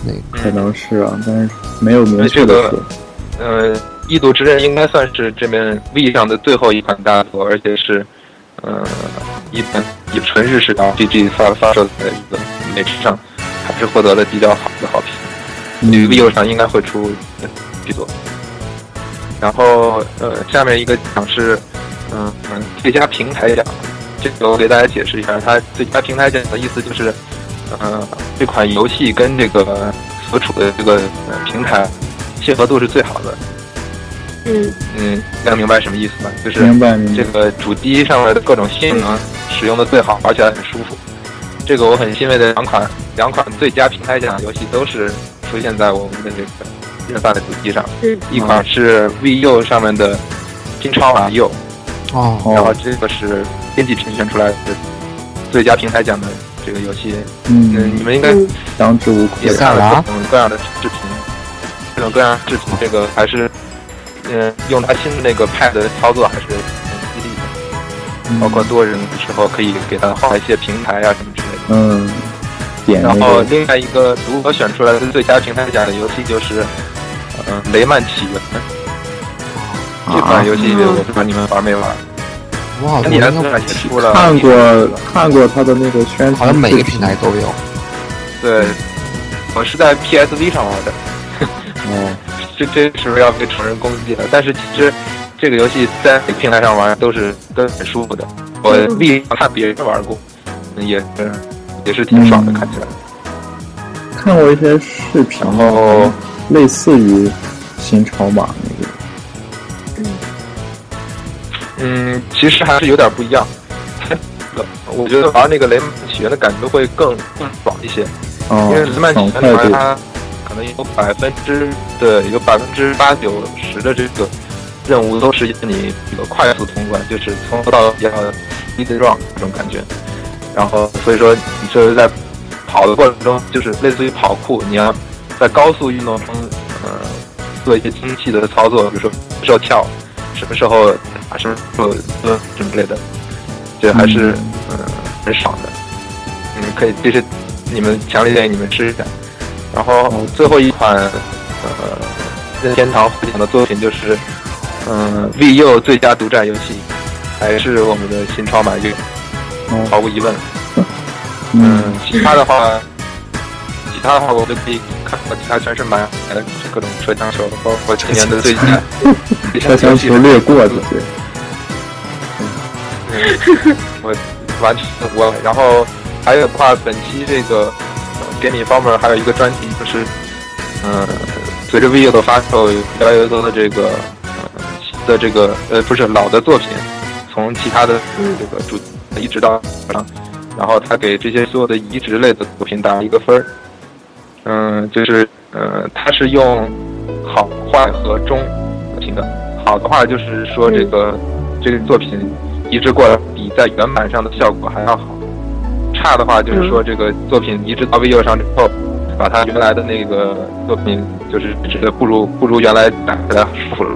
那个可能是啊，但是没有明确这的个说。呃，《异度之刃》应该算是这边 V 上的最后一款大作，而且是呃，一本以纯日式 RPG 发发售在一个美食上，还是获得了比较好的好评。嗯 vivo 上应该会出续作。然后呃，下面一个奖是嗯嗯最佳平台奖，这个我给大家解释一下，它最佳平台奖的意思就是呃这款游戏跟这个所处的这个呃平台契合度是最好的。嗯嗯，大家明白什么意思吗？就是明白明这白。个主机上面的各种性能使用的最好，而且还很舒服。这个我很欣慰的两款两款最佳平台奖游戏都是出现在我们的这个热饭的主机上，嗯一款是 VU 上面的《金超马 U》，哦，然后哦，这个是编辑评选出来的最佳平台奖的这个游戏。嗯，嗯你，们应该嗯，当之无愧也。看了啊各种各样的视频，各种各样的视频，这个还是嗯用它新的那个 Pad 的操作还是很犀利的。嗯包括多人的时候可以给他画一些平台啊什么之类的。嗯，点那然后个另外一个如何选出来的最佳平台奖的游戏就是，嗯、雷曼起源》啊这款游戏，我不知道你们玩没玩？我好它像你来应自该然也出了，看过看过他的那个宣传，好像每个平台都有。对，我是在 PSV 上玩的，哦，这这是不是要被成人攻击了？但是其实这个游戏在平台上玩都是都很舒服的，我嗯历看别人玩过，也是也是挺爽的，嗯看起来。看过一些视频，然后类似于新超马那个，嗯，其实还是有点不一样。 我觉得玩那个雷曼起源的感觉会更更爽一些，因哦为雷，曼起爽源快里面度，它可能有百分之对，有百分之八九十的这个任务都是你这个快速通关，就是从头到尾要 e a s run 这种感觉。然后所以说你就是在跑的过程中，就是类似于跑酷，你要在高速运动中，呃，做一些精细的操作，比如说什么时候跳，什么时候打，什么时候蹲什么之类的，这还是嗯、呃很爽的。你们可以，这是你们强烈建议你们试一下。然后最后一款，呃，任天堂获奖的作品就是，嗯、呃、，VU 最佳独占游戏，还是我们的新超马月，哦毫无疑问。嗯嗯，其他的话，其他的话我就可以看到其他全是买来的各种车枪手，包括今年的最佳最佳车游厢戏球略过的，对，嗯 我完全我，然后还有的话，本期这个呃给你方面还有一个专题，就是嗯、呃随着 VU 的发售，有越来越多的这个、呃、的这个呃，不是老的作品，从其他的这个主一直到上，然后他给这些所有的移植类的作品打了一个分儿，嗯、就是呃，他是用好坏和中评的，好的话就是说这个、这个作品移植过来比在原版上的效果还要好。差的话就是说这个作品移植到 VU 上之后，把它原来的那个作品就是指的不如不如原来打起来舒服了。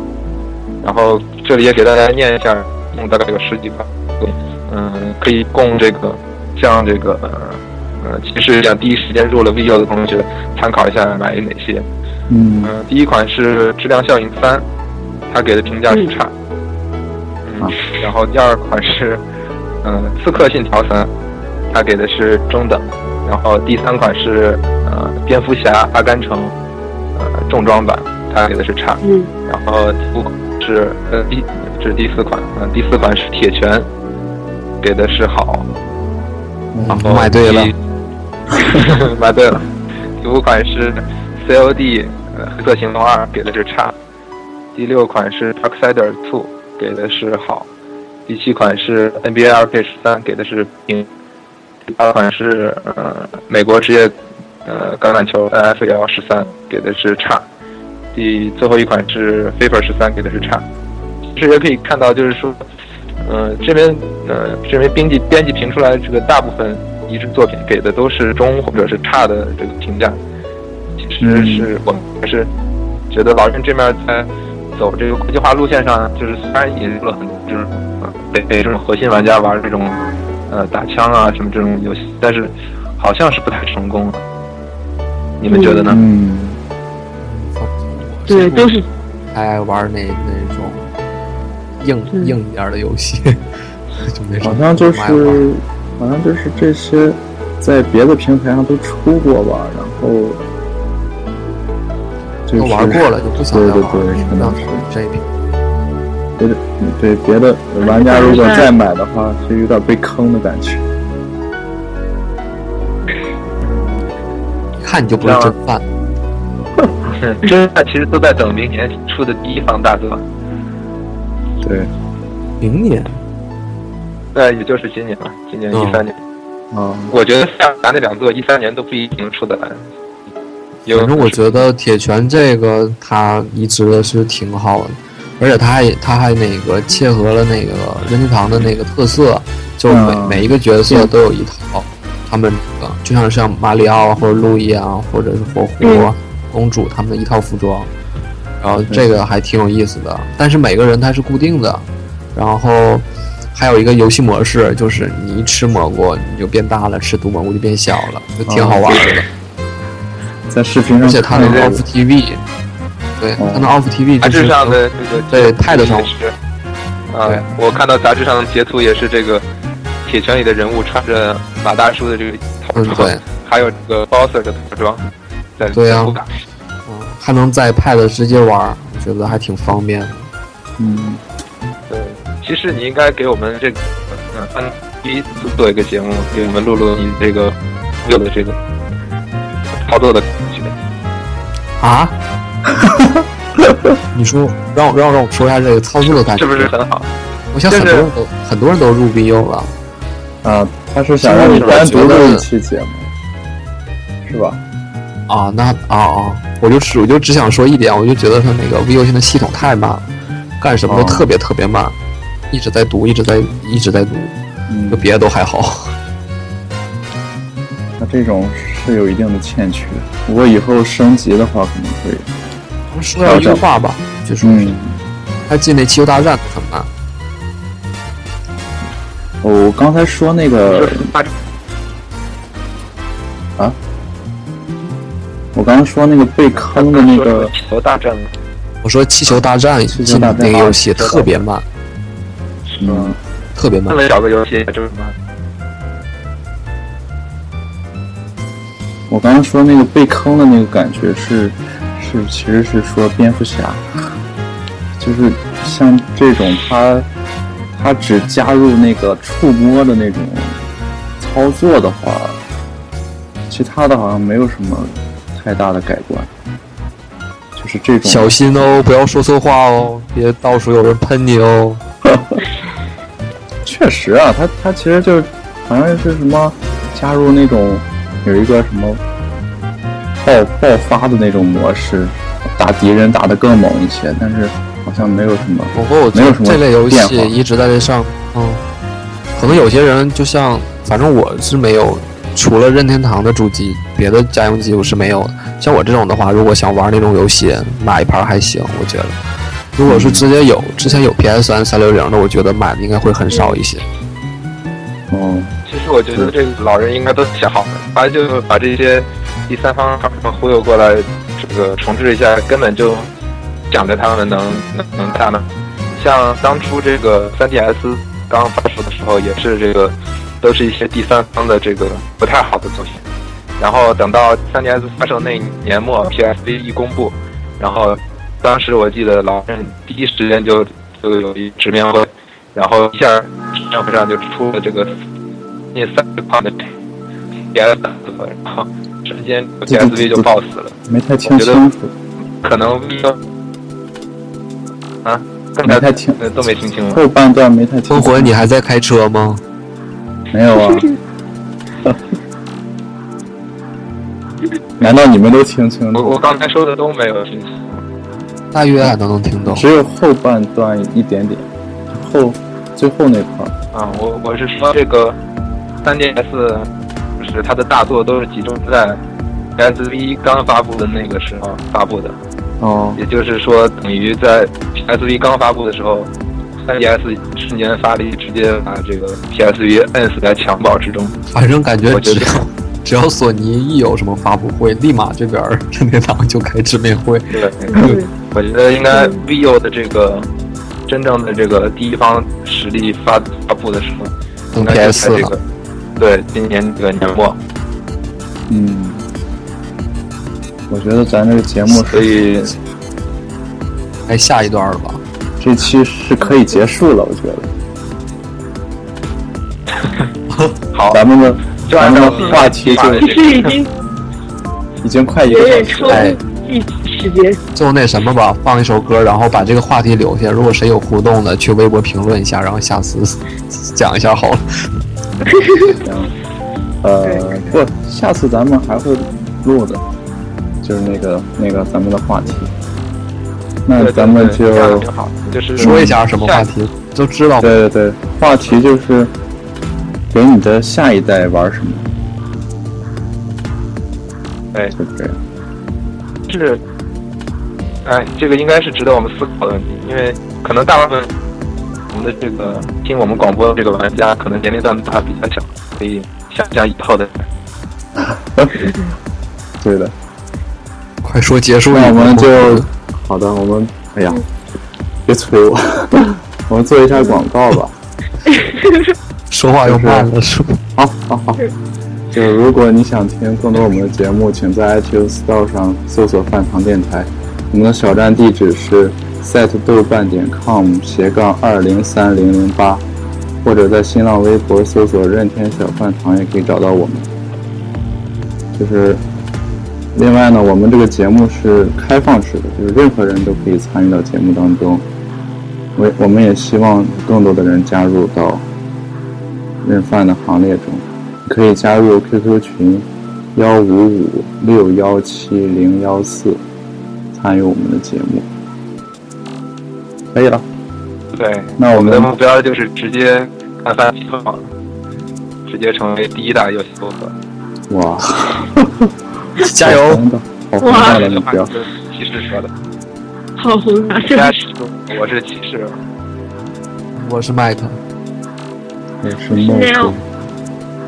然后这里也给大家念一下，共大概有十几款作品，嗯，可以供这个像这个呃骑士这样第一时间入了 VU 的同学参考一下买哪些。嗯嗯，第一款是《质量效应三》，它给的评价是差。嗯啊，然后第二款是，嗯、刺客信条三》，它给的是中等。然后第三款是，呃，《蝙蝠侠：阿甘城》，呃，重装版，它给的是差。嗯然后第五款是，呃，第这是第四款，嗯、第四款是《铁拳》，给的是好。然后买对了第， 买对了。第五款是 COD 呃黑色行动二，给的是差。第六款是 Darksider Two，给的是好。第七款是 NBA 2K 十三，给的是平。第八款是呃美国职业呃橄榄球 NFL 十三，给的是差。第最后一款是 FIFA 十三，给的是差。其实也可以看到，就是说，呃，这边呃，这边编辑编辑评出来的这个大部分移植作品给的都是中或者是差的这个评价，其实是我们还是觉得老任这面在走这个国际化路线上，就是虽然引入了很多就是呃被被这种核心玩家玩这种呃打枪啊什么这种游戏，但是好像是不太成功了，你们觉得呢？嗯，对，都是爱玩那那种硬嗯硬一点的游戏， 就没什嗯好么像就不爱玩是好像就是这些在别的平台上都出过吧，然后就都是玩过了，就不想再玩对对对了，不想啊可能是这一批。对别的玩家如果再买的话，是有点被坑的感觉。一看你就不是真饭， 真爱其实都在等明年出的第一方大作，对，明年那也就是今年了，今年嗯一三年。啊，我觉得下达那两座一三年都不一定出得来。有反正我觉得铁拳这个它移植的是挺好的，而且它还它还那个切合了那个任天堂的那个特色，就是每、嗯每一个角色都有一套，他们那个就像像马里奥啊或者路易啊，或者是火狐、啊、公主他们的一套服装，然后这个还挺有意思的。但是每个人他是固定的，然后还有一个游戏模式，就是你一吃蘑菇你就变大了，吃毒蘑菇就变小了，就挺好玩的。在视频上而且它看能到 off TV，对，哦它能 off TV 杂就志是上的那个对 Pad 上也是啊对，我看到杂志上的截图也是这个铁拳里的人物穿着马大叔的这个套嗯装，对，还有这个 Bowser 的套装，在对啊在涂改嗯还能在 Pad 直接玩儿，我觉得还挺方便的。嗯，对，其实你应该给我们这个嗯，按第一次做一个节目，给我们录录你这个有的这个操作的感觉。啊？你说让我让我让我说一下这个操作的感是觉，不是很好？我想就很是多人都很多人都入 BU 了，啊，他是想让你单独录一期节目，是吧？啊、啊，那啊啊，我就只我就只想说一点，我就觉得它那个 VU 现在系统太慢了，干什么都哦特别特别慢，一直在读，一直在一直在读，嗯就，别的都还好。那这种是有一定的欠缺。不过以后升级的话，可能会，他们说要优化吧，就说是嗯，他进那气球大战很慢，哦我刚才说那就个啊是大我刚刚说那个被坑的那个，球大战，我说气球大战气球进大那战个啊游戏知道特别慢，嗯，特别慢那。么小个游戏也这么慢，我刚刚说那个被坑的那个感觉是，是其实是说蝙蝠侠，就是像这种他，他只加入那个触摸的那种操作的话，其他的好像没有什么太大的改观，就是这种小心哦，不要说错话哦，别到时候有人喷你哦。确实啊，它它其实就是好像是什么加入那种有一个什么爆爆发的那种模式，打敌人打得更猛一些，但是好像没有什么。不过我觉没得有什么这类游变戏化一直在这上，嗯，可能有些人就像，反正我是没有，除了任天堂的主机，别的家用机我是没有的。像我这种的话，如果想玩那种游戏，买一盘还行，我觉得。如果是嗯直接有之前有 PS 三三六零的，我觉得买的应该会很少一些。嗯，其实我觉得这个老人应该都想好了，他就把这些第三方什么忽悠过来，这个重置一下，根本就想着他们能能能大呢。像当初这个 3DS 刚发售的时候，也是这个都是一些第三方的这个不太好的作品。然后等到 3DS 发售那年末，PSV 一公布，然后当时我记得老任第一时间就就有一直面会，然后一下直面会上就出了这个那三十款的 PS，然后瞬间 PSV 就爆死了。没太听清楚，可能 V 啊，刚没才太听呃都没听清吗？后半段没太听风清。魂，你还在开车吗？没有啊？难道你们都听清我楚？我刚才说的都没有听清。大约啊都能听懂。只有后半段一点点，后最后那块儿。啊，我我是说这个 3DS，就是它的大作都是集中在 PSV 刚发布的那个时候发布的，哦，也就是说等于在 PSV 刚发布的时候，3DS 瞬间发力，直接把这个 PSV 摁死在襁褓之中。反正感觉我觉只得要只要索尼一有什么发布会，立马这边儿 任天堂就开直面会。对，嗯我觉得应该 vivo 的这个真正的这个第一方实力发发布的时候，应等该就 PS 在四这了个，对，今年这个年末，嗯，我觉得咱这个节目所是以该哎下一段了吧？这期是可以结束了，我觉得。 好，咱们的就咱按们照的话题就其实已经已经快一远个小远时超了。哎过一时间。就那什么吧，放一首歌，然后把这个话题留下。如果谁有互动的，去微博评论一下，然后下次 讲一下好了。行，呃，不，下次咱们还会录的，就是那个那个咱们的话题。那对咱们就对这样挺好，就是说一下什么话嗯下题，都知道吗？对对对，话题就是给你的下一代玩什么，对，就这样。是，哎，这个应该是值得我们思考的问题，因为可能大部分我们的这个听我们广播的这个玩家，可能年龄段还比较小，所以想想以后的。对的，快说结束那一我会儿们就好的，我们哎呀，别催 我，我们做一下广告吧。说话又慢了，是吧？好好好，就如果你想听更多我们的节目，请在 iTunes Store 上搜索“饭堂电台”。我们的小站地址是 set 豆瓣点 com 斜杠二零三零零八，或者在新浪微博搜索“任天小饭堂”也可以找到我们。就是，另外呢，我们这个节目是开放式的，就是任何人都可以参与到节目当中。我我们也希望更多的人加入到认饭的行列中。可以加入 QQ 群幺五五六幺七零幺四参与我们的节目，可以了。对，那我我们们的目标就是直接看翻批榜，直接成为第一大游戏播啊客。哇，加好油！宏大好宏大的这句目话标，是骑士说的，好宏大，大真家是记住我是骑士，我是麦克，我是梦是这哥样，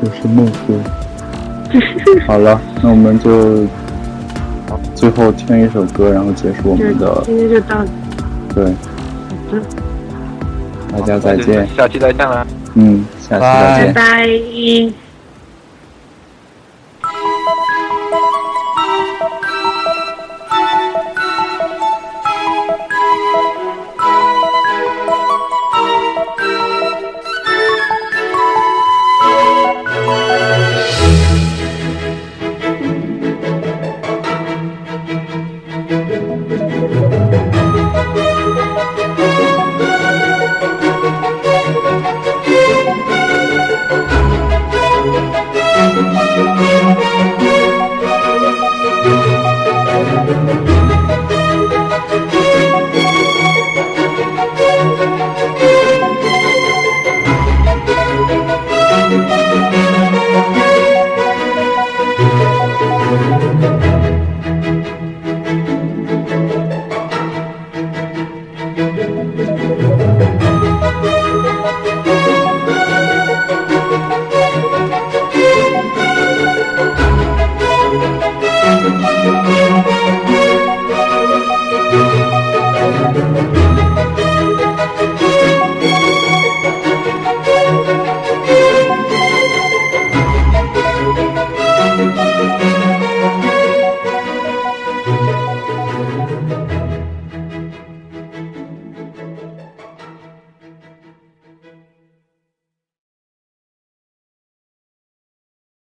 我是梦哥。好了，那我们就最后听一首歌，然后结束我就们的今天就到对，此，大家再见，下期再见了。嗯，下期再拜见拜。拜。